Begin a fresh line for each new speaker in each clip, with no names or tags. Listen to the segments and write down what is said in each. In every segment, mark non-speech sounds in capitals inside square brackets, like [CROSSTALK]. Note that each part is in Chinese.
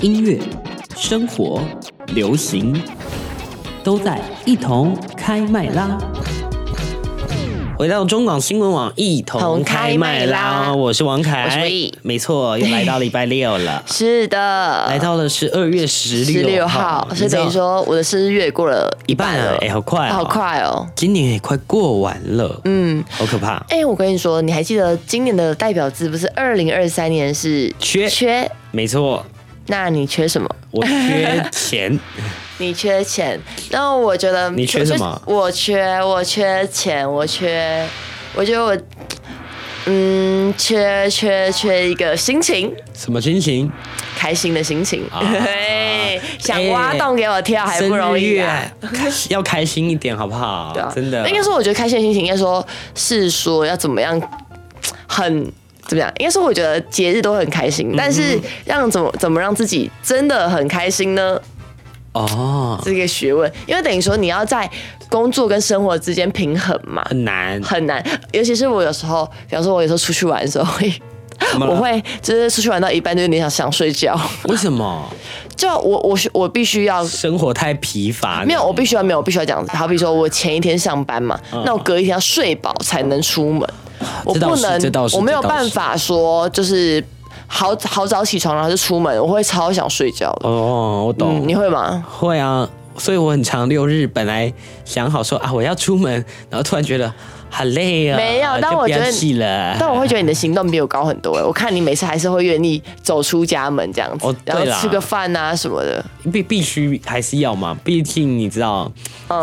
音乐、生活、流行，都在一同开麦啦！回到中广新闻网，一同开麦
同开麦
啦！
啦
我是王凯，
我是魏毅，
没错，又来到礼拜六了
是的，
来到了是二月十
呃十
六
六
号
号，，所以等于
你知道
说我的生日月过了
一半了
了，，
哎，好快，
好，快哦。
今年也快过完了，嗯，好可怕。
哎、我跟你说，你还记得今年的代表字不是二零二三年是
缺
缺？
没错，
那你缺什么？
我缺钱，
[LAUGHS] 你缺钱。然后我觉得
你缺什么
我缺我缺钱，我缺，我觉得我嗯缺缺缺一个心情，
什么心情？
开心的心情。
啊
[LAUGHS] 嘿，想
哎
挖洞给我跳还不容易啊。
生日月开要开心一点好不好？
对啊，
真的，
应该说，我觉得开心的心情，应该说是说要怎么样，很怎么样？应该说，我觉得节日都很开
嗯
心，但是让怎么怎么让自己真的很开心呢？
哦，
这个学问，因为等于说你要在工作跟生活之间平衡嘛，
很难。
很难。尤其是我有时候，比方说，我有时候出去玩的时候 [LAUGHS] 会。
么了
我会就是出去玩到一半，就是你想想睡觉，
为什么
就我我需我必须要
生活太疲乏？
没有，我必须要没有，我必须要这样子。好比说，我前一天上班嘛，那我隔一天要睡饱才能出门，
嗯
我
这倒
不
是
能
这倒，是
我没有
这倒是
办法说就是好好早起床然后就出门，我会超想睡觉的。
哦，我懂，
嗯，你会吗？
会啊。所以我很常六日本来想好说啊，我要出门，然后突然觉得好累啊，
没有但
就
我
不要
觉得
去了。
但我会觉得你的行动比我高很多欸我看你每次还是会愿意走出家门这样子，
哦对
然
啦
后吃个饭啊什么的。
必必须还是要嘛，毕竟你知道，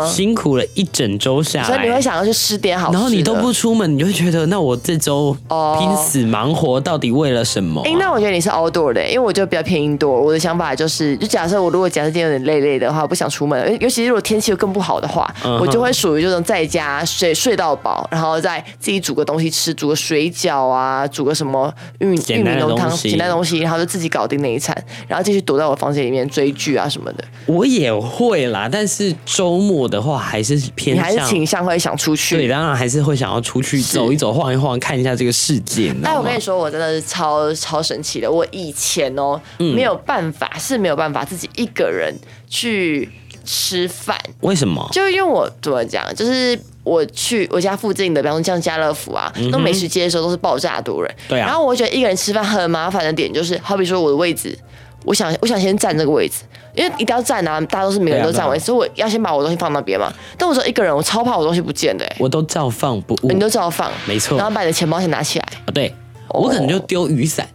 辛苦了一整周下来，
嗯所以你会想要去吃点好吃的。
哎然后你都不出门，你就会觉得那我这周
哦
拼死忙活到底为了什么、
哎、那我觉得你是 outdoor 的、因为我就比较偏 indoor。我的想法就是，就假设我如果假设今天有点累累的话，我不想出门，尤尤其是如果天气又更不好的话，
嗯哼
我就会属于这种在家睡睡到饱，然后再自己煮个东西吃，煮个水饺啊，煮个什么玉米玉
简单
米
的
浓汤
东西
简单的东西，然后就自己搞定那一餐，然后继续躲在我房间里面追剧啊什么的。
我也会啦，但是周末的话还是偏
你还是
向
倾向会想出
对，
去？
当然还是会想要出去走一走、晃一晃，看一下这个世界。你知道
但哎我
吗
跟你？说，我真的是超超神奇的。我以前哦，
嗯
没有办法，是没有办法自己一个人去吃饭。
为什么？
就因为我怎么讲，就是我去我家附近的，比方说像家乐福啊，那种美食街的时候都是爆炸多人。
嗯对啊
然后我觉得一个人吃饭很麻烦的点就是，好比说我的位置，我想我想先占这个位置，因为一定要占啊，大家都是每个人
对啊
都占位置，所以我要先把我东西放那边嘛。但我说一个人，我超怕我东西不见的、欸，
我都照放不误
你。都照放，
没错
然后把你的钱包先拿起来，
啊，对，我可能就丢雨伞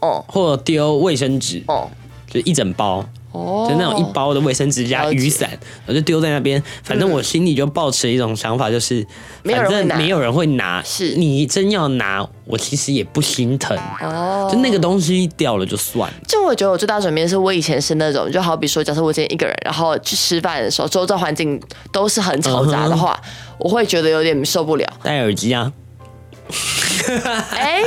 哦
或丢卫生纸，
哦
就一整包。
哦，
就那种一包的卫生纸加
了解嗯
雨伞，我就丢在那边。反正我心里就抱持一种想法，就是
没有
反
人
正
会拿
没有人会拿。
是
你真要拿，我其实也不心疼。
哦
就那个东西掉了就算了。
就我觉得我最大转变是我以前是那种，就好比说，假设我今天一个人，然后去吃饭的时候，周遭环境都是很嘈杂
嗯
的话，我会觉得有点受不了。
戴耳机啊，
哎、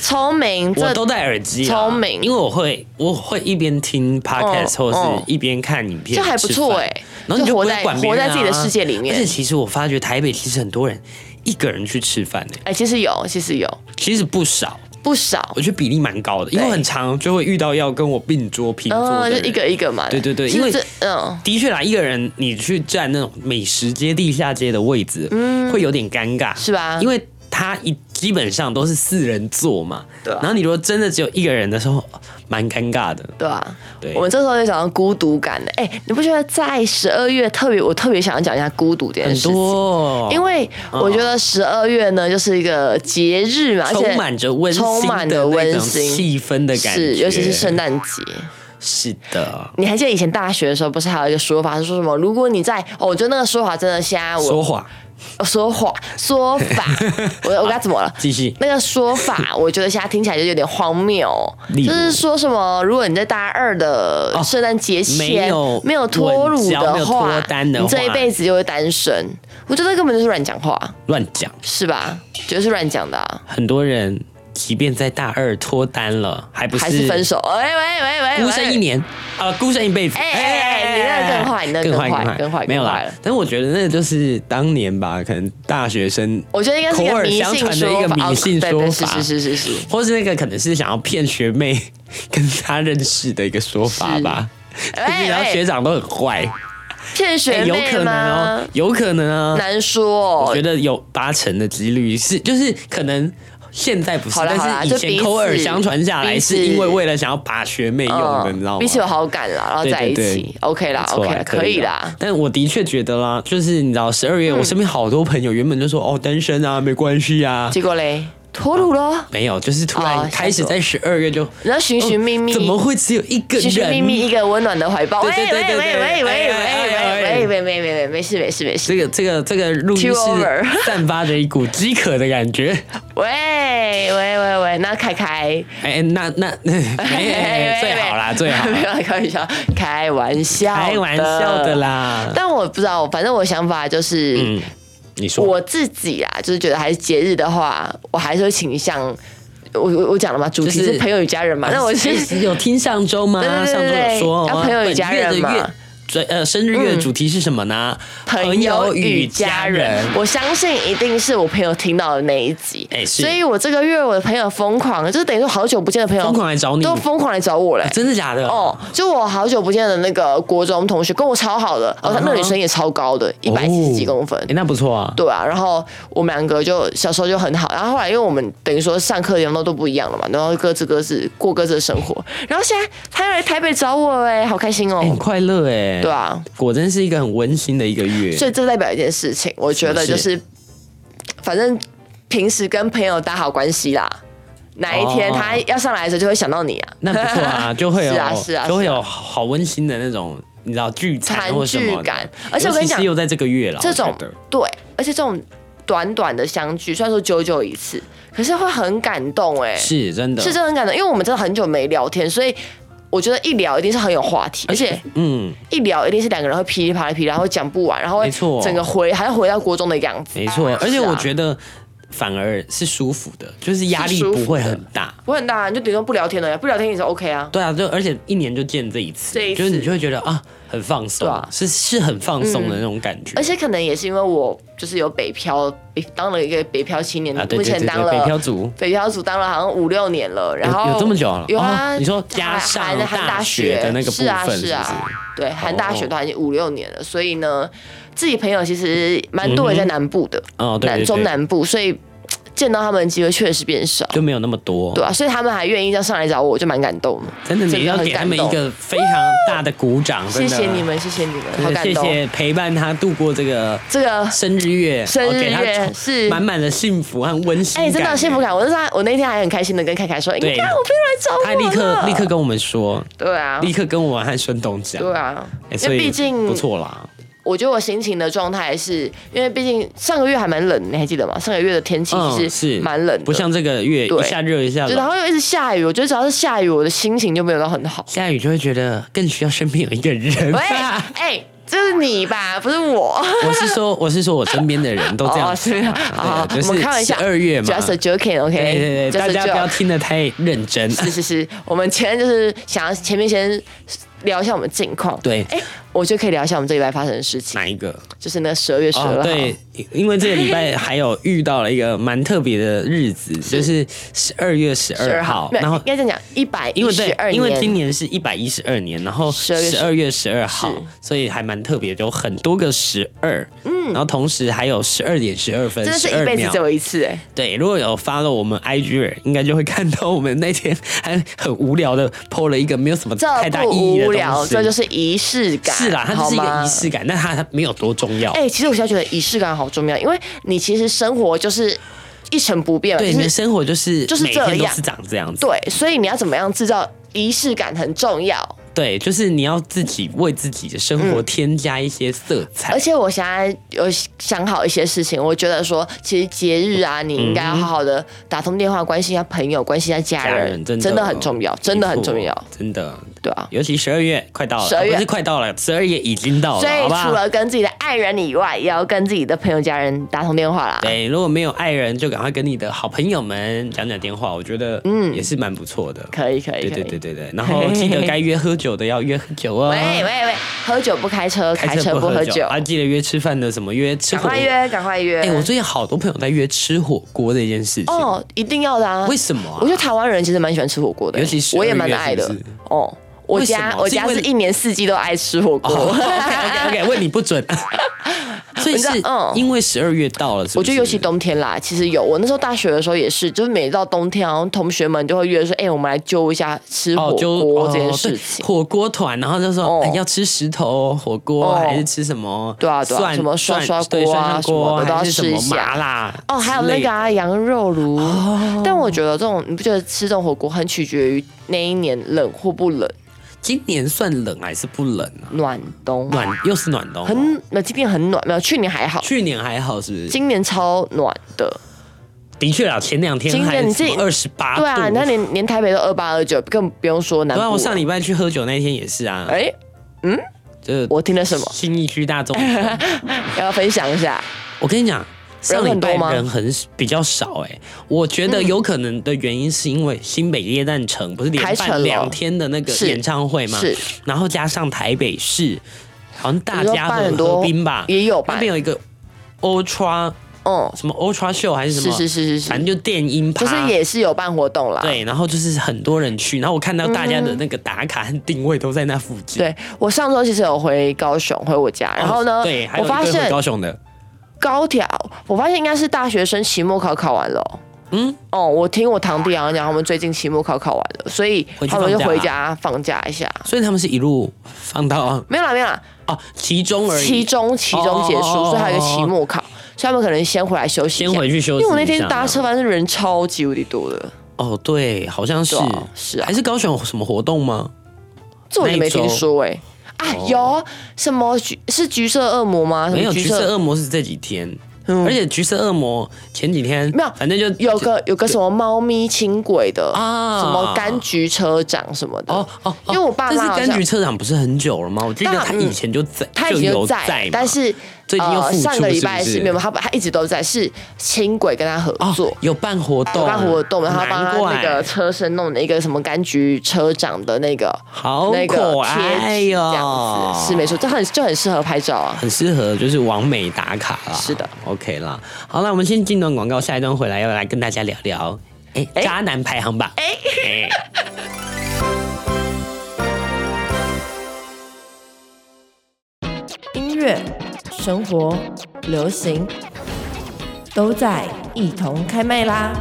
聪明，
我
这
都戴耳机、啊，
聪明
因为我会我会一边听 podcast、
嗯
或是一边看影片，
这还不错
哎、
哎
然后你
就
不
活
会
在
管别
活
人、啊、
在自己的世界里面
而且其实我发觉台北其实很多人一个人去吃饭呢、欸
哎、其实有，其实有
其实不少，
不少
我，觉得比例蛮高的，因为
对
很常就会遇到要跟我并桌拼桌的
嗯，就
人、
一个一个嘛。
对对对
其
因为
实这嗯，
的确啦，一个人你去占那种美食街、地下街的位置，会有点尴尬，
嗯是吧
因为他一基本上都是四人座嘛，
对啊
然后你如果真的只有一个人的时候，蛮尴尬的。
对啊，
对
我们这时候就讲到孤独感的。哎、你不觉得在十二月特别，我特别想要讲一下孤独这件
很
事情，
多，哦
因为我觉得十二月呢就是一个节日嘛，而且
充满着温馨
充满着
的那
温
种
馨
气氛的感觉，
是，尤其是圣诞节。
是的，
你还记得以前大学的时候，不是还有一个说法是说什么？如果你在哦，我觉得那个说法真的瞎，我
说谎，
呃说谎说法，我我该
[LAUGHS]
怎么了？
继续
那个说法，我觉得现在听起来就有点荒谬哦，
例如
就是说什么，如果你在大二的圣诞节前、
哦没有
没有脱乳
稳交没有
的话，
脱单的话
你这一辈子就会单身。我觉得根本就是乱讲话，
乱讲。
是吧？绝对是乱讲的、啊，
很多人即便在大二脱单了，还不
还是分手？喂喂喂喂，喂
孤身一。年啊、孤身一辈子。
哎哎哎，你那个更坏，你那个
更坏
更
坏
坏，更坏，
没有
更
啦
坏了。。
但我觉得那就是当年吧，可能大学生
我觉得应该是
口
一个
耳
迷
相
信
传的
说
一个
法，
迷信
哦对
说
对
法，
是是是是是，
或是那个可能是想要骗学妹 [LAUGHS] 跟她认识的一个说法吧。 [LAUGHS] 就是
哎
然后
哎
学长都很坏，
骗
哎
学
有
妹
可能
吗
哦？，有可能啊。
难说
我
哦
觉，得有八成的几率是，就是可能现在不是，
好啦好啦
但是以
就彼
前
此
口耳相传下来，
彼此
是因为为了想要把学妹用的，你知道吗？
彼此有好感啦，然后
对
在一
对
起
对
，OK 啦
不错啊
，OK
啦
啦，可以
啦
啦。。嗯
但我的确觉得啦，就是你知道，十二月我身边好多朋友原本就说哦单身啊，没关系啊，
结果嘞，脱乳了，
没有，就是突
哦
然
吓
开始
死我
在十二月就
然后寻寻觅觅，
哦怎么会只有一个人？
寻寻觅觅一个温暖的怀抱。喂
对
喂
对对对
喂喂
对
喂喂喂
哎哎哎哎
喂喂喂喂，没事没事没事。
这个这个这个录音
Two over
室散发着一股饥渴的感觉。 [LAUGHS]
喂喂喂喂，那凯凯，
哎、那那 [LAUGHS]
[LAUGHS]
没、哎最好啦，最好啦
没有啦开玩笑，开玩笑，
开玩笑的。啦。
但我不知道，反正我想法就是，
嗯，你说
我自己啊，就是觉得还是节日的话，我还是会倾向，我我我讲了嘛，主题
就是
是朋友与家人嘛。那我
其
是
实有听上周吗？
对对对对
上周有说
要
哦
朋友与家人嘛
本月的月最呃生日月主题是什么呢？
朋友与家人，我相信一定是我朋友听到的那一集。
哎是
所以我这个月我的朋友疯狂，就是等于说好久不见的朋友
疯狂来找你啊
都疯狂来找我嘞、
真的假的？
哦，就我好久不见的那个国中同学，跟我超好的，哦，她那个女生也超高的，一百七十几公分
啊哦哎、。那不错啊。
对啊，然后我们两个就小时候就很好，然后后来因为我们等于说上课的地方都不一样了嘛，然后各自各自过各自的生活，然后现在他要来台北找我哎、好开心哦、
哎很快乐哎、
对啊，
果真是一个很温馨的一个月。
所以这代表一件事情，我觉得
什
就
么事
是，反正平时跟朋友搭好关系啦，哪一天
哦
他要上来的时候就会想到你啊，
那不错啊，就会有
[LAUGHS] 是啊是啊
就会有好温馨的那种，你知道聚餐或什么
团聚
的
感而且我跟你
尤
讲
其是又在这个月了，
这种
哦我觉得
对，而且这种短短的相聚，虽然说久久一次，可是会很感动哎、
是真的，
是真的很感动，因为我们真的很久没聊天，所以。我觉得一聊一定是很有话题，而且
嗯，
一聊一定是两个人会噼里啪啦噼里，然后讲不完，然后会
没错哦
整个回还是回到国中的样子，
没错，而且
是啊
我觉得反而是舒服的，就是压力
是舒服
不
的
会很大。
不会很大，你就顶多不聊天了呀，不聊天也是 OK 啊。
对啊，就而且一年就见这一次，
这一次
就是你就会觉得啊，很放松，
对啊嗯
是是很放松的那种感觉。
而且可能也是因为我就是有北漂，北当了一个北漂青年，
啊，对
目
对
前
对
当
对，北漂
了
族
北漂组当了好像五六年了，然后
有有这么久了
有啊，
哦你说加上
韩韩
大学的那个部分
是啊
是不
是
是哦
啊，对，韩大学都已经五六年了，所以呢，自己朋友其实蛮多也在南部的，
哦，对
南
对
中
对，
南部，所以嘖见到他们的机会确实变少。
就没有那么多。
对啊，所以他们还愿意这样上来找我，我就蛮感动的。
真的，
真
你
的
要
很
给他
感
们一
动
个非常大的鼓掌，
谢
真的
谢你。们，谢谢你们，好
对
感
谢
动。
谢陪伴他度过这个
这个
生日月，
生
哦
日
给他
月
充
是
满满的幸福和温馨
哎、
感。
真的有幸福感。我那时候，我那天还很开心的跟凯凯说：“你
对
看，我朋友来找我
他立刻
了
立刻跟我们说，
对啊，
立刻跟我们和孙董讲，
对啊，
哎
因
所
为
以
毕竟
不错啦。
我觉得我心情的状态是，因为毕竟上个月还蛮冷，你还记得吗？上个月的天气
嗯，
是
是
蛮冷的，
不像这个月
对
一下热一下
就然
冷，。
后又一直下雨。我觉得只要是下雨，我的心情就没有到很
[LAUGHS]
好
下雨就会觉得更需要身边有一个人。
喂，哎、这是你吧？不是我。
[LAUGHS] 我是说，我是说我身边的人都这样子
哦是啊
嘛，[LAUGHS]
好，
对啊就
我们
是
开玩笑。
二月嘛，
，just
对
a joking，OK，、
对对，
j u
大
s t
家
a
不
joke
要。听得太认真。
是是是，我们前面就是想要前面先聊一下我们近况。
对
哎、我觉得可以聊一下我们这礼拜发生的事情，
哪一个？
就是那十二月十二号、
哦，对，因为这个礼拜还有遇到了一个蛮特别的日子，就是十二月十
十
二号，
没有
然后
应该这样讲，一百
因
一
为
十
对
二，年，
因为今年是一百一十二年，然后
12
十二月十二号
是，
所以还蛮特别，有很多个十二，嗯，然后同时还有十二点十二分，
真的是
12
一辈子
秒
只有一次哎、
对，如果有 follow 我们 IG，的应该就会看到我们那天还很无聊的 PO 了一个没有什么太
这
大意
不
义的
无
东
聊，
西，
这就是仪式感，
是啦，它就是一个
好吗
仪式感，但它它没有多重要。
哎、其实我现在觉得仪式感好重要，因为你其实生活就是一成不变嘛，
对，
就
你的
是
生活就是
就是
每天
这
都
样
是长这样子。
对，所以你要怎么样制造仪式感很重要。
对，就是你要自己为自己的生活添加一些色彩。
嗯而且我现在有想好一些事情，我觉得说，其实节日啊，你应该要好好的打通电话，关心一下朋友，关心一下家
家
人，
人真的
很重要，真的很重要
没，错真的。
对啊。
尤其十二月快到了，
12月
啊不是快到了，十二月已经到
所
了，好
以
不好
除？了跟自己的爱人以外，也要跟自己的朋友、家人打通电话啦。
对，如果没有爱人，就赶快跟你的好朋友们讲讲电话，我觉得嗯也是蛮不错的。
可以，可以，可以。
对对对对对，然后记得该约喝酒酒的要约喝酒啊。
[LAUGHS] 喂喂喂，喝酒不开车，开车不喝酒。
啊，记得约吃饭的什么约吃
赶
火
快
锅。
约，赶快约！
哎、我最近好多朋友在约吃火锅这件事情，
哦，一定要的啊！
为什么啊
我觉得台湾人其实蛮喜欢吃火锅的，
尤其是
我也蛮
12
爱的
月是不是
哦。我
为什
家
么
我
是因
家
为哦
是一年四季都爱吃火锅。
OK OK
[LAUGHS]
OK，问你不准。所以
你知
是
道嗯
因为十二月到了是不是，
我觉得尤其冬天啦，其实有我那时候大学的时候也是，就是每到冬天，然后同学们就会约说，哎、我们来揪一下吃火
哦，就
锅
哦
这件事
对
情。
火锅团，然后就说、
哦
哎要吃石头火锅、
哦
还是吃什么？
对啊对啊
蒜
什么涮
涮
涮
对
锅
涮
啊
涮锅
什么的都要
还是什
试一
么
下
麻辣
哦，还有
之类
那个
的哦
啊，羊肉炉。但我觉得这种，你不觉得吃这种火锅很取决于那一年冷或不冷，
今年算冷还是不冷啊？
暖冬
暖又是暖冬哦、
很，那今年很暖，没有去年还好，
去年还好是不是？
今年超暖的。
的确啦，前两天
今
还
年这
二十八度。
对啊，你看连连台北都二八二九，更不用说南
对
部
啊，
了。
我上礼拜去喝酒那天也是啊，
哎、
就是
我听了什么？
新义区大众。
要分享一下。
我跟你讲，上礼
很多
拜
吗嗯
人很比较少哎、我觉得有可能的原因是因为新北耶诞城不是连
开城了
办两天的那个
是
演唱会嘛
是，
然后加上台北市，好像大
你说
家
办
和
很多
河滨吧，
也有
那
吧？
边有一个 Ultra
嗯，
什么 Ultra Show 还是什
是
么，
是是是是
反，正就电音趴，
就是也啊是有办活动啦。
对，然后就是很多人去，然后我看到大家的那个打卡和定位都在那附近。
对，我上周其实有回高雄，回我家，然后呢，
哦对，还
我
有一
发
个回
现
高雄的，
高铁啊，我发现应该是大学生期末考考完了哦。
嗯，
哦，我听我堂弟好像讲，他们最近期末考考完了，所以
回去
他们就
放假
回
啦
家放假一下。
所以他们是一路放到
没有啦，没有啦，
哦其中而已，
期中期中结束，
哦哦哦哦
所以还有一个期末考，所以他们可能先回来休息一下。
先回去休息一
因
下
为我那天搭车，反正人超级无敌多的，
哦，对，好像是
对啊是啊
还是高雄有什么活动吗？
这我就没听说哎、啊，
哦
有什么橘是橘色恶魔吗？什么
没有，橘色
色，
恶魔是这几天，
嗯
而且橘色恶魔前几天
没有
反正就
有个有个什么猫咪轻轨的
啊
什么柑橘车长什么的。
哦哦，哦
因为我爸妈
但是
好像
柑橘车长不是很久了吗？我记得
但
他以前就在，
他
就
已
有
经
在
在
嘛，，
但是呃
最近又复出
上个礼拜
是不是
没有，他他一直都在，是轻轨跟他合
哦
作。
有办活动，
有办活动，然后他帮
难
他那个
怪
车身弄了一个什么柑橘车长的那个
好
那个
可哦
贴
爱啊
纸，
哟
这样子是没错，这很就很适合拍照啊。
很适合就是完美打卡啦。
是的
，OK 啦。好了，我们先进段广告，下一段回来要来跟大家聊聊，哎、
哎
渣男排行榜。
哎，
哎
音乐、生活、流行，都在一同开麦啦！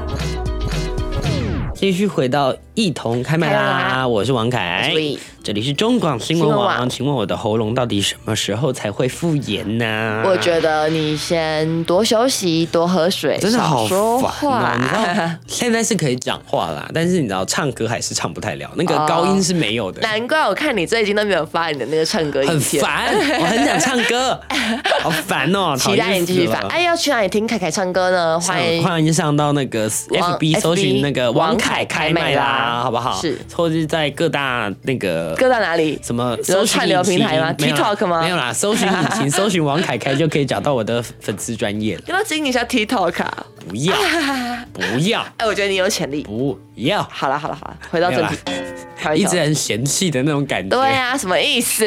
继续回到一同开麦
开麦
啦，
啦
我是王凯
所，以
这里是中广新闻
新闻
网。
网
请问我的喉咙到底什么时候才会复原呢？
我觉得你先多休息，多喝水，
真的好
少说
烦哦、你知道
话。
现在是可以讲话啦，但是你知道唱歌还是唱不太了，那个
哦
高音是没有的。
[LAUGHS] 难怪我看你最近都没有发你的那个唱歌影
很
片，
烦，我很想唱
[LAUGHS]
歌，好烦哦、讨厌
期待你继续
死
发
了。嗯
哎，要去哪里听凯凯唱歌呢？欢迎
欢迎上到那个
王
FB 搜寻那个王凯开麦啦，好不好？
是
或者是在各大那个
歌到哪里？
什么
有
搜寻
串流
引擎
平台吗
没有啦
TikTok 吗
没有啦，搜寻引
[LAUGHS]
擎搜寻王凯凯就可以找到我的粉丝专业了。
要不要经营一下 TikTok 啊？ [LAUGHS]
不要，不要，
哎，我觉得你有潜力。
不要，
好了好了好了，回到正题，开玩
一
笑
直很嫌弃的那种感觉。
哎对呀、什么意思？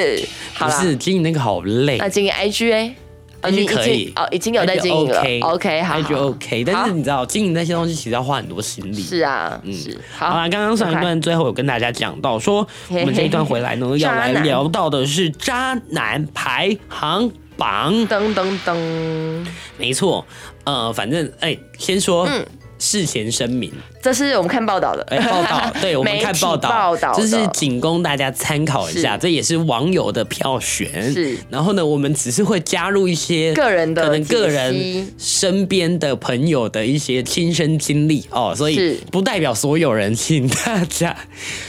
好
不
啦，
是经营那个好累
那。经营 IG 哎、哦
IG
你已经
可以
哦，已经有在经营了
OK
，OK，好好
IG OK，但
好
是你知道经营那些东西其实要花很多心力。
是啊，是
嗯好
好
啦，刚刚上一
OK
段最后有跟大家讲到说，我
嘿嘿
们这一段回来呢，要来
渣男
聊到的是渣男排行榜。
噔噔噔，
没错，呃，反正哎、先说、
嗯
事前声明，
这是我们看报道的，
哎、报
[LAUGHS]
道，对我们看报道，
媒体报道的
就是仅供大家参考一下，
是
这也是网友的票选。
是
然后呢，我们只是会加入一些
个人的
可能个
解
人
析
身边的朋友的一些亲身经历哦，所以
是
不代表所有人，请大家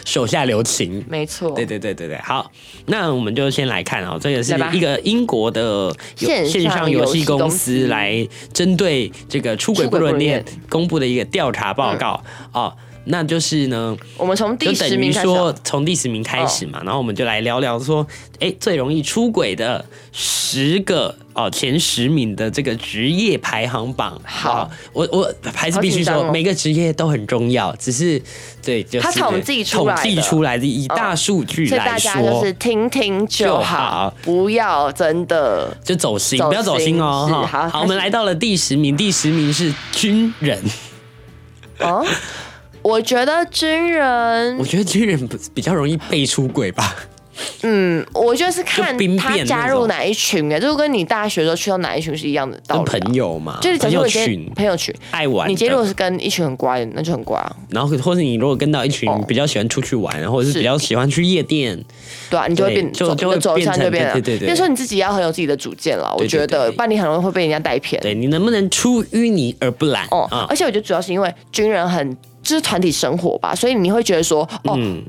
手下留情。
没错，
对对对对对，好，那我们就先来看哦，这个是
来吧
一个英国的游
线上
线上游戏公司
游戏公司
来针对这个出轨不伦恋
出轨不嗯
公布的一个调查报告哦。那就是呢，
我们从
就
第
等
十名
于
开始哦啊，
说从第十名开始嘛，然后我们就来聊聊说，哎，最容易出轨的十个哦前十名的这个职业排行榜。
好
哦，我我还是
好
必须
紧张
说，
哦
每个职业都很重要，只是对，就是
它统计出
统
来
计
的哦
出来的以大数据
所以
来
大
说，
家就是听听就
就
好
好，
不要真的
就走心，
走心
不要走心哦。
是
哈
好
好，我们
开始
来到了第十名，第十名是军人。
哦。我觉得军
我
人，
觉得军人不比较容易被出轨
[LAUGHS]
吧？
嗯，我觉得是看
就兵变
他加
那
入
种
哪一群哎，就跟你大学的时候去到哪一群是一样的道
跟
理啊。
朋友嘛，
就是假
朋
设
友
我今天
群
朋友群，
爱玩的。
你今天如果是跟一群很乖的，那就很乖啊，
然后或是你如果跟到一群
哦
比较喜欢出去玩，或者是
是
比较喜欢去夜店，
对啊，你就会
对
变
就
走
就会
走
变
向
成
就变了。
对对对对
那时候你自己要很有自己的主见了，我
对对
觉得，
对
不然你很容易会被人家带偏。
对你能不能出淤泥而不染？
哦，
啊
而，且我觉得主要是因为军人很就是团体生活吧，所以你会觉得说，哦，
嗯，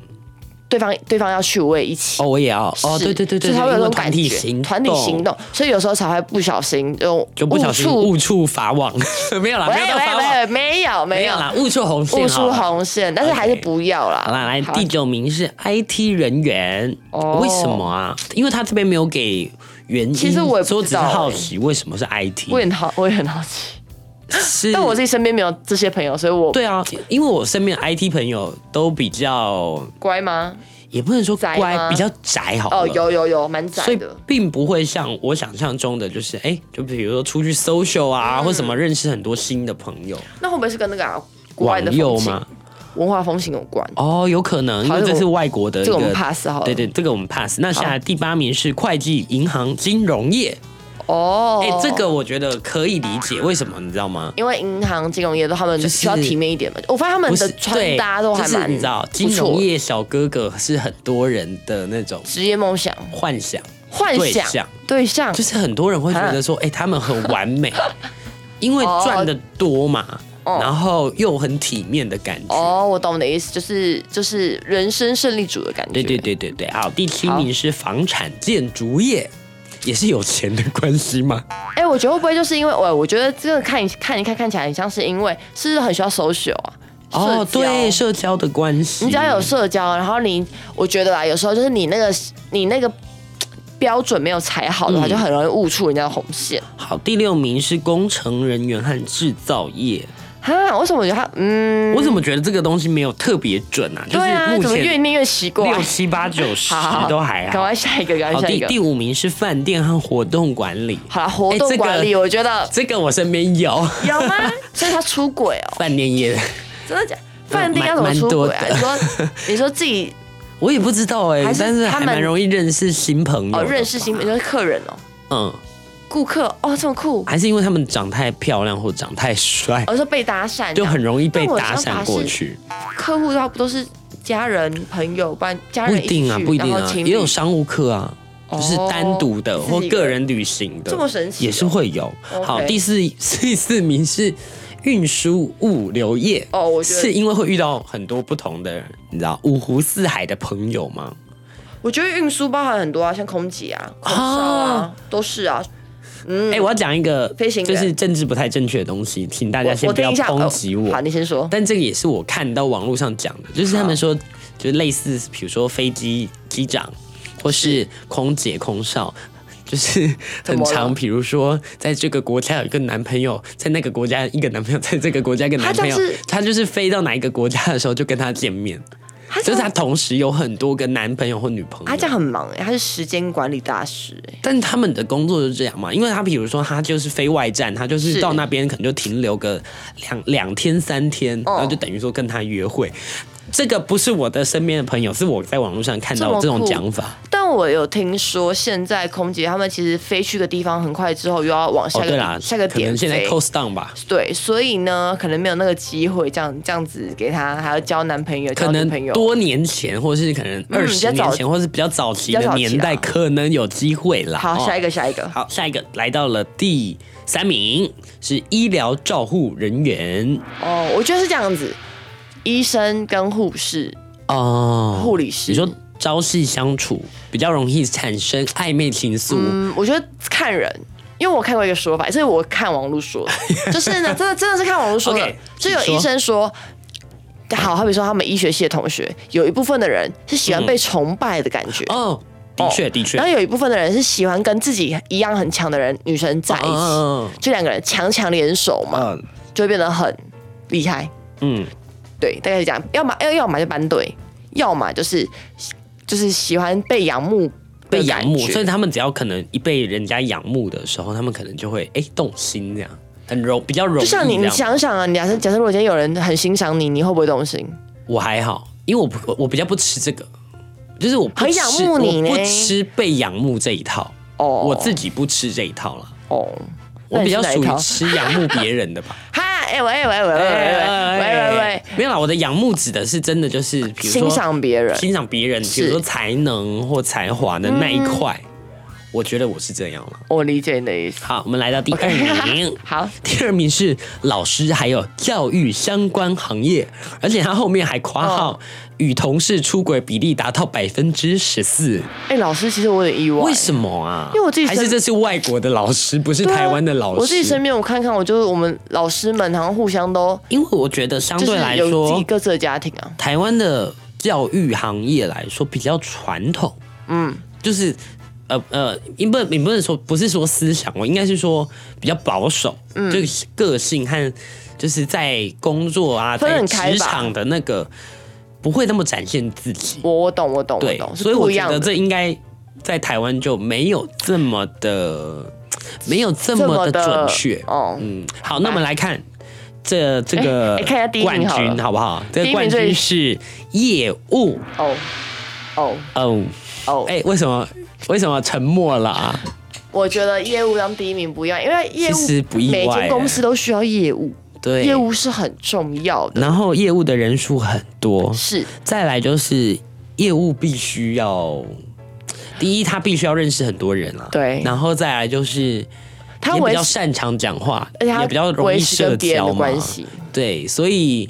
对方对方要去，我也一起。
哦，我也要，哦，
是
对对对对，
所以才会有
因
这
为
种
团
感
体
觉，
行
团体行动，所以有时候才会不小心就
就不小心
误触
误触法网， [LAUGHS] 没有啦，
喂
没有到法
喂
网，
喂，没有没
没
有
有啦，误触红线，
误触。红线，但是还是
OK
不要啦。
好啦，来第九名是 IT 人员，
哦
为什么啊？因为他这边没有给原因，
其实我也不
所以只是
知道欸
好奇为什么是 IT，
我也很好，我也很好奇，
嗯是
[LAUGHS] 但我自己身边没有这些朋友，所以我
对啊，因为我身边 IT 朋友都比较，
乖吗？
也不能说
宅
乖，
吗
比较宅好了。
哦，有有有，蛮窄
所以
的。
并不会像我想象中的，就是哎、就比如说出去 social 啊，
嗯
或什么认识很多新的朋友，
那会不会是跟那个、啊、国外
网
的
友
风情
吗？
文化风情有关？
哦，有可能，因
好
为
这
这
个
是外国的一
这个我们 pass 好了。
对对，这个我们 pass。那下来第八名是会计、银行、金融业。
哦，
哎、这个我觉得可以理解，为什么你知道吗？
因为银行、金融业都他们
就
就是是要体面一点嘛。我发现他们
不
的
是
穿搭都还
对就
蛮
是你知道，
不
金
错
融
的
业小哥哥是很多人的那种
职业梦想、
幻想，
幻想
对象
对象，
就是很多人会觉得
[LAUGHS]
说，哎、他们很完美，因为赚的多嘛，
哦
然后又很体面的感觉。
哦，我懂你的意思，就是就是人生胜利组的感觉。
对对对对对，好，第七名是房产建筑业，也是有钱的关系吗？
哎、我觉得会不会就是因为哦我，我觉得这个看一看一看看起来很像是因为是不是很需要 social 啊？
哦，
社交
对，社交的关系。
你只要有社交，然后你，我觉得啊，有时候就是你那个你那个嘖标准没有踩好的话，
嗯
就很容易误触人家的红线。
好，第六名是工程人员和制造业。
哈，为什么我觉得他嗯，
我怎么觉得这个东西没有特别准啊？就
对啊，
是
怎
目
么越
前
念越奇怪？
六七八九十
[LAUGHS] 好好好
都还
赶
好。
快下一个，赶
好，
快下一
第
个。
第五名是饭店和活动管理。
好了，活
哎这
动
个
管理，我
[LAUGHS]
觉得
这个我身边有
有吗？所以他出轨哦，
饭店业的，
真的假？饭店要怎么
蛮
出轨啊？
蛮
你
多 [LAUGHS]
说你说自己
我也不知道哎、
还是
但是
他
还
们
蛮容易认识新朋友。
哦，认识新，你说客人哦，
嗯，
顾客哦，这么酷，
还是因为他们长太漂亮或长太帅，
我说被搭讪，
就很容易被搭讪
但哦我想
过
法是
去。
客户的话不都是家人、朋友，不然家
不
人
一定啊，
起去
不一定
然后
啊，
情侣
也有商务课啊，
哦
就是单独的
自己
或
一个
个人旅行的，
这么神奇哦
也是会有。
OK
好，第四 [LAUGHS] 第四名是运输物流业。
哦，我觉
是
得
因为会遇到很多不同的，你知道五湖四海的朋友吗？
我觉得运输包含很多啊，像空姐
哦
啊、空少啊，都是啊。
哎、我要讲一个
飞行员
就是政治不太正确的东西，请大家
我
先
我
不
听
要
一下，
抨击我。
哦好，你先说。
但这个也是我看到网络上讲的，就是他们说，就是类似比如说飞机机长或是空姐空少。就是
怎
很
么了
长，比如说，在这个国家有一个男朋友，在那个国家一个男朋友，在这个国家一个男朋友
他就是，
他就是飞到哪一个国家的时候就跟他见面，
他
就是
这
他
样
同时有很多个男朋友或女朋
他这
友。
样很忙哎，他是时间管理大师哎。
但他们的工作就是这样嘛，因为他比如说他就是飞外站，他就是
是
到那边可能就停留个两两天三天，
哦
然后就等于说跟他约会。这个不是我的身边的朋友，是我在网络上看到这
这
种
么酷
讲法。
但我有听说，现在空姐他们其实飞去个地方很快之后，又要往
哦，
下
对
个、
啦，
下个
可
点
能现在
飞
cost down 吧，
对，所以呢，可能没有那个机会，这样这样子给他，还要交男朋友，
可
交女
能
朋友，
多年前，或是可能二
嗯比较
十
早
年前，或是比较早期
比较
的
早期啦
年代，可能有机会啦。
好，
哦
下一个，下一个。
好，下一个来到了第三名是医疗照护人员
哦，我觉得是这样子，医生跟护士、
哦，
护理师。
你说朝夕相处比较容易产生暧昧情愫，
嗯，我觉得看人，因为我看过一个说法，这
[LAUGHS]
是我看网络说的，就是呢，真的真的是看网络说的
OK，
就有
请说
医生说。好，好比说他们医学系的同学，有一部分的人是喜欢被崇拜的感觉，
嗯哦，的确哎的确
然，后有一部分的人是喜欢跟自己一样很强的人女生在一起，
嗯
就两个人强强联手嘛，
嗯
就会变得很厉害。
嗯
对，大概是这样，要么要要么就班队，要么就是就是喜欢被仰慕的
被仰慕
感，觉
所以他们只要可能一被人家仰慕的时候，他们可能就会哎、动心这样，很容比较容易
就像你
这
你
样
想想啊，你假设假设如果今天有人很欣赏你，你会不会动心？
我还好，因为我不我比较不吃这个，就是我不
很仰慕
吃
你呢
我不吃被仰慕这一套，
哦
我自己不吃这一套啦。
哦，
我比较
那
属
你是哪一
于
套
吃仰慕别人的吧。
哈， [LAUGHS] 哎喂喂喂喂喂喂喂喂，
没有啦，我的仰慕指的是真的就是，哎比如说
欣赏别人
欣赏别人，比如说才能或才华的那一块，
嗯
我觉得我是这样了。
我理解你的意思。
好，我们来到第二名。
好，
[LAUGHS] 第二名是老师，还有教育相关行业，而且他后面还括
哦
号、与同事出轨比例达到百分之十四，
哎、老师，其实我有点意外，
为什么啊？
因为我自己
还是
身
这是外国的老师，不是
对啊
台湾的老师。
我自己身边我看看，我就是我们老师们好像互相都
因为我觉得相
就
对
是
来
有自
说
己，各自的家庭啊，
台湾的教育行业来说比较传统，
嗯，
就是呃呃，你不你不能说不是说思想，我应该是说比较保守，嗯，就是个性和就是在工作啊，
分
在
很开吧
职场的那个不会那么展现自己，
我我懂我懂我
对，
懂，是
所以
不
我
一
觉
样
得
的。
这应该在台湾就没有这么的没有这
这
么
么
的
的
准确，
哦
嗯，好，那我们来看这这个
哎哎看一下第一
冠
名好了
军好不好？这
第
个
一
冠
名最
军是业务，
哦哦
嗯，
哦，
哎，为什么为什么沉默了啊？
我觉得业务当第一名不一样，因为业务
其实不意外哎
每间公司都需要业务，
对，
业务是很重要的，
然后业务的人数很多，
是
再来就是业务必须要。第一，他必须要认识很多人啊，
对
然后再来就是
他
也比
维
较
持，
擅长讲话，
而且他
也比较容易
维持
社
跟别人
交
的
嘛。
关系，
对，所以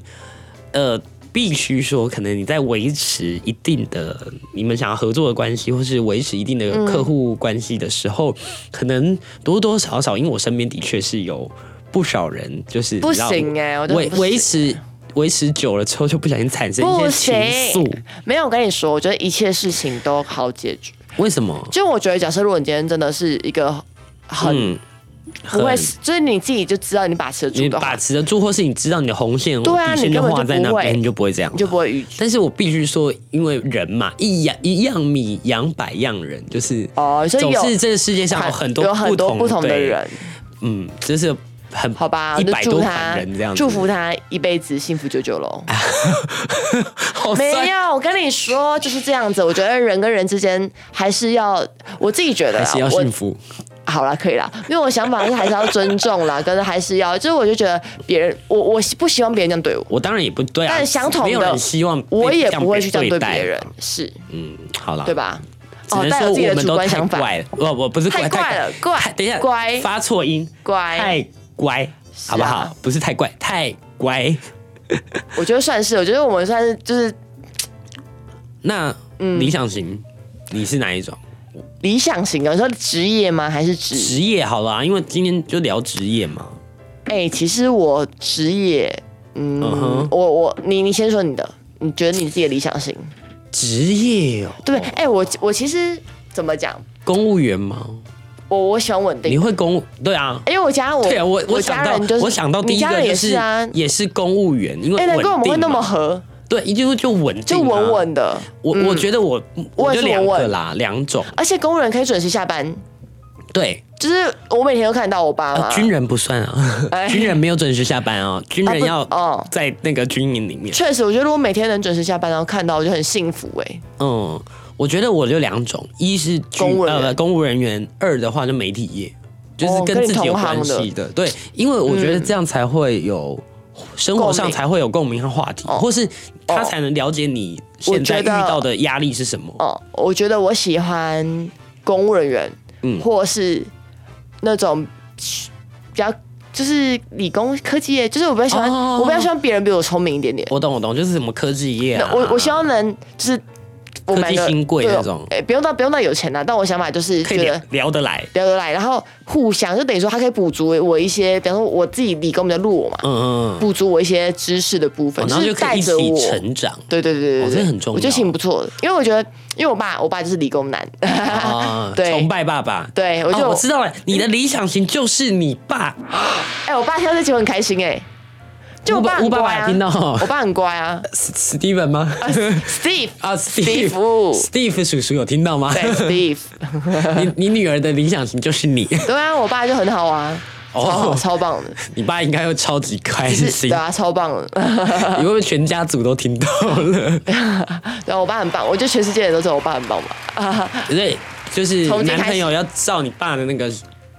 呃，必须说，可能你在维持一定的你们想要合作的关系，或是维持一定的客户关系的时候，可能多多少少，因为我身边的确是有不少人，就是
不
你知道
行欸我觉得
维
不行
维持维持久了之后，就不小心产生
不
一些
行
情愫。
没有，我跟你说，我觉得一切事情都好解决。
为什么？
就我觉得，假设如果你今天真的是一个很
嗯，
不会
很，
就是你自己就知道你把持得住
你
的话
把，持得住，或是你知道你的红线、
对啊
底线
你
就
根本就
画在那
不会
边，你就不会这样
你。就不会逾矩。
但是我必须说，因为人嘛，一样一样米养百样人，就是
哦所以有
总是这个世界上有很多
有很多不同的，人
对，嗯，就是很
好吧，
一
就
百
祝
多
他
款人这样子，啊
祝福他一辈子幸福久久喽。
[LAUGHS] 好
没
酸，
有，我跟你说就是这样子。我觉得人跟人之间还是要，我自己觉得
还
啦
是要，
我
幸福，
好啦，可以啦，因为我想法是还是要尊重啦，跟还是要，就是我就觉得别人，我我不希望别人这样对我，
我当然也不对啊，
但相同的
没有人希望被
我也不会去这样对
待
别人，，是
嗯，好了，
对？吧？
只
哦，
能
带
说
有自己
我
的
们
主
都
观
太
想法，
怪了，哦我我不是
太怪了怪
太等一下，
乖
发错音，
乖，啊
太乖，好不好？不是太怪，太乖。
我觉得算是，我觉得我们算是就是
那
嗯
理想型，你是哪一种？
理想型的，你说职业吗？还是职？
职业好了啊，因为今天就聊职业嘛。
哎、其实我职业，嗯
嗯哼
我我你你先说你的，你觉得你自己的理想型，
职业哦，
对不对？哎、我我其实怎么讲，
公务员吗？
我我喜欢稳定
你，会公务？对啊，
因为我家我
对啊，我我想
家
到
人就是
我想到第一
你家
个
人
就
也是啊，
也是公务员，因为
哎、
稳
难怪我们会
定
那么
嘛
合，
对，就就稳定
就
啊
稳。稳的，
我我觉得我
我
我就
也
是两
稳
个
稳
啦，两种
而且工人可以准时下班，
对。
就是我每天都看到我爸
呃
妈、
军人不算啊，
哎
军人没有准时下班啊，军人
不
要
哦
在那个军营里面。
确实，我觉得如果每天能准时下班，然后看到，我就很幸福哎、
嗯，我觉得我就两种，一是居
公务人员
呃公务人员，二的话就媒体业，就是
哦
跟
跟你
自己有
同行
关
的嗯
系的。对，因为我觉得这样才会有、生活上
共鸣
才会有共鸣和话题，或是他
哦
才能了解你现在
我觉
遇
得
到的压力是什么。
哦，我觉得我喜欢公务人员，
嗯
或是那种比较就是理工科技业，就是我比较喜欢，
哦
我比较希望别人比我聪明一点点。
我懂，我懂，就是什么科技业、啊
那，我我希望能就是我们两
科
个
技新贵
对
那种
哎、不用到不用到有钱啦，但我想法就是
可以
觉
聊聊得
得。
来，
聊得来，然后互相就等于说，他可以补足我一些，比方说我自己理工比较弱嘛，
嗯嗯嗯，
补足我一些知识的部分，
哦然后就
是
可以
带
一
着
起
我。
成长。
对对对对
哦
对，
这很重要
我觉得挺不错的，因为我觉得，因为我爸，我爸就是理工男，
啊，
[LAUGHS] 对
崇拜爸爸。
对我
哦
就
我知道了，你的理想型就是你爸。
哎、我爸听到这集我很开心哎、就我爸
乌
很
爸
乖
爸
啊，
听到哦
我爸很
[LAUGHS]
乖啊
S- Steven 吗？
，Steve
[LAUGHS] 啊
Steve
，Steve，Steve 叔叔有听到吗？
对 Steve，
[LAUGHS] 你你女儿的理想型就是你， [LAUGHS]
对啊，我爸就很好啊，超好、
哦
超棒的，
你爸应该会超级开
是
心
对。啊，超棒 [LAUGHS] 的，
[LAUGHS] 你会不会全家族都听到了？ [LAUGHS]
对啊，我爸很棒，我觉得全世界人都知道我爸很棒吧，
对，就是
从今
男
开始
朋友要照你爸的那个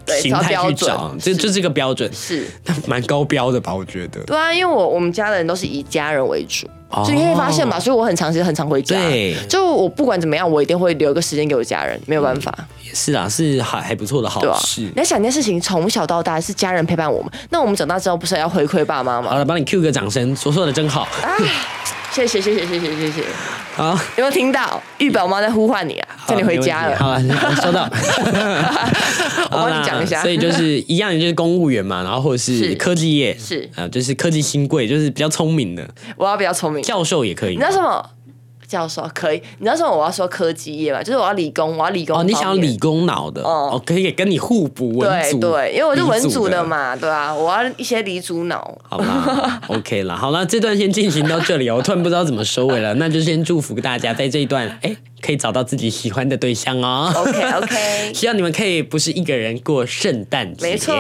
对
形态
照标
去
准
找，这 [LAUGHS] 这是个标准，
是。
那 [LAUGHS] 蛮高标的吧？我觉得。
对啊，因为我我们家的人都是以家人为主，
哦
就你会发现嘛，所以我很长时间很常回家。
对
就我不管怎么样，我一定会留一个时间给我家人，没有办法，
也是啊，是还还不错的好
对吧、啊
事
你。要想一件事情，从小到大是家人陪伴我们，那我们长大之后不是要回馈爸
[LAUGHS]
妈吗？
好了，帮你 Q 个掌声，说说的真好。
谢谢谢谢谢谢谢谢，有
好，
没有听到玉宝妈在呼唤你啊， [LAUGHS] 叫你回家了。
好 [LAUGHS] 啊，好收到。
我帮你讲
好
一
啦
下，
所以
[LAUGHS]
就是一样，就是公务员嘛，然后或者是
是
科技业，
是
啊、就是科技新贵，就是比较聪明的
我要比较聪明。
教授也可以。
你知道什么？教授可以，你知道什么？我要说科技业嘛，就是我要理工，我要理工
哦，
方
你
面。
想要理工脑的哦
哦
可以跟你互补文
对
组，
对，因为我是文
理
组的。嘛，对啊，我要一些理组脑。
好
[LAUGHS]
啦，OK 啦，好啦，这段先进行到这里哦，我突然不知道怎么收尾
[LAUGHS]
了，那就先祝福大家在这一段，哎，可以找到自己喜欢的对象哦。
OK
[LAUGHS]
OK，
希望你们可以不是一个人过圣诞节。
没错。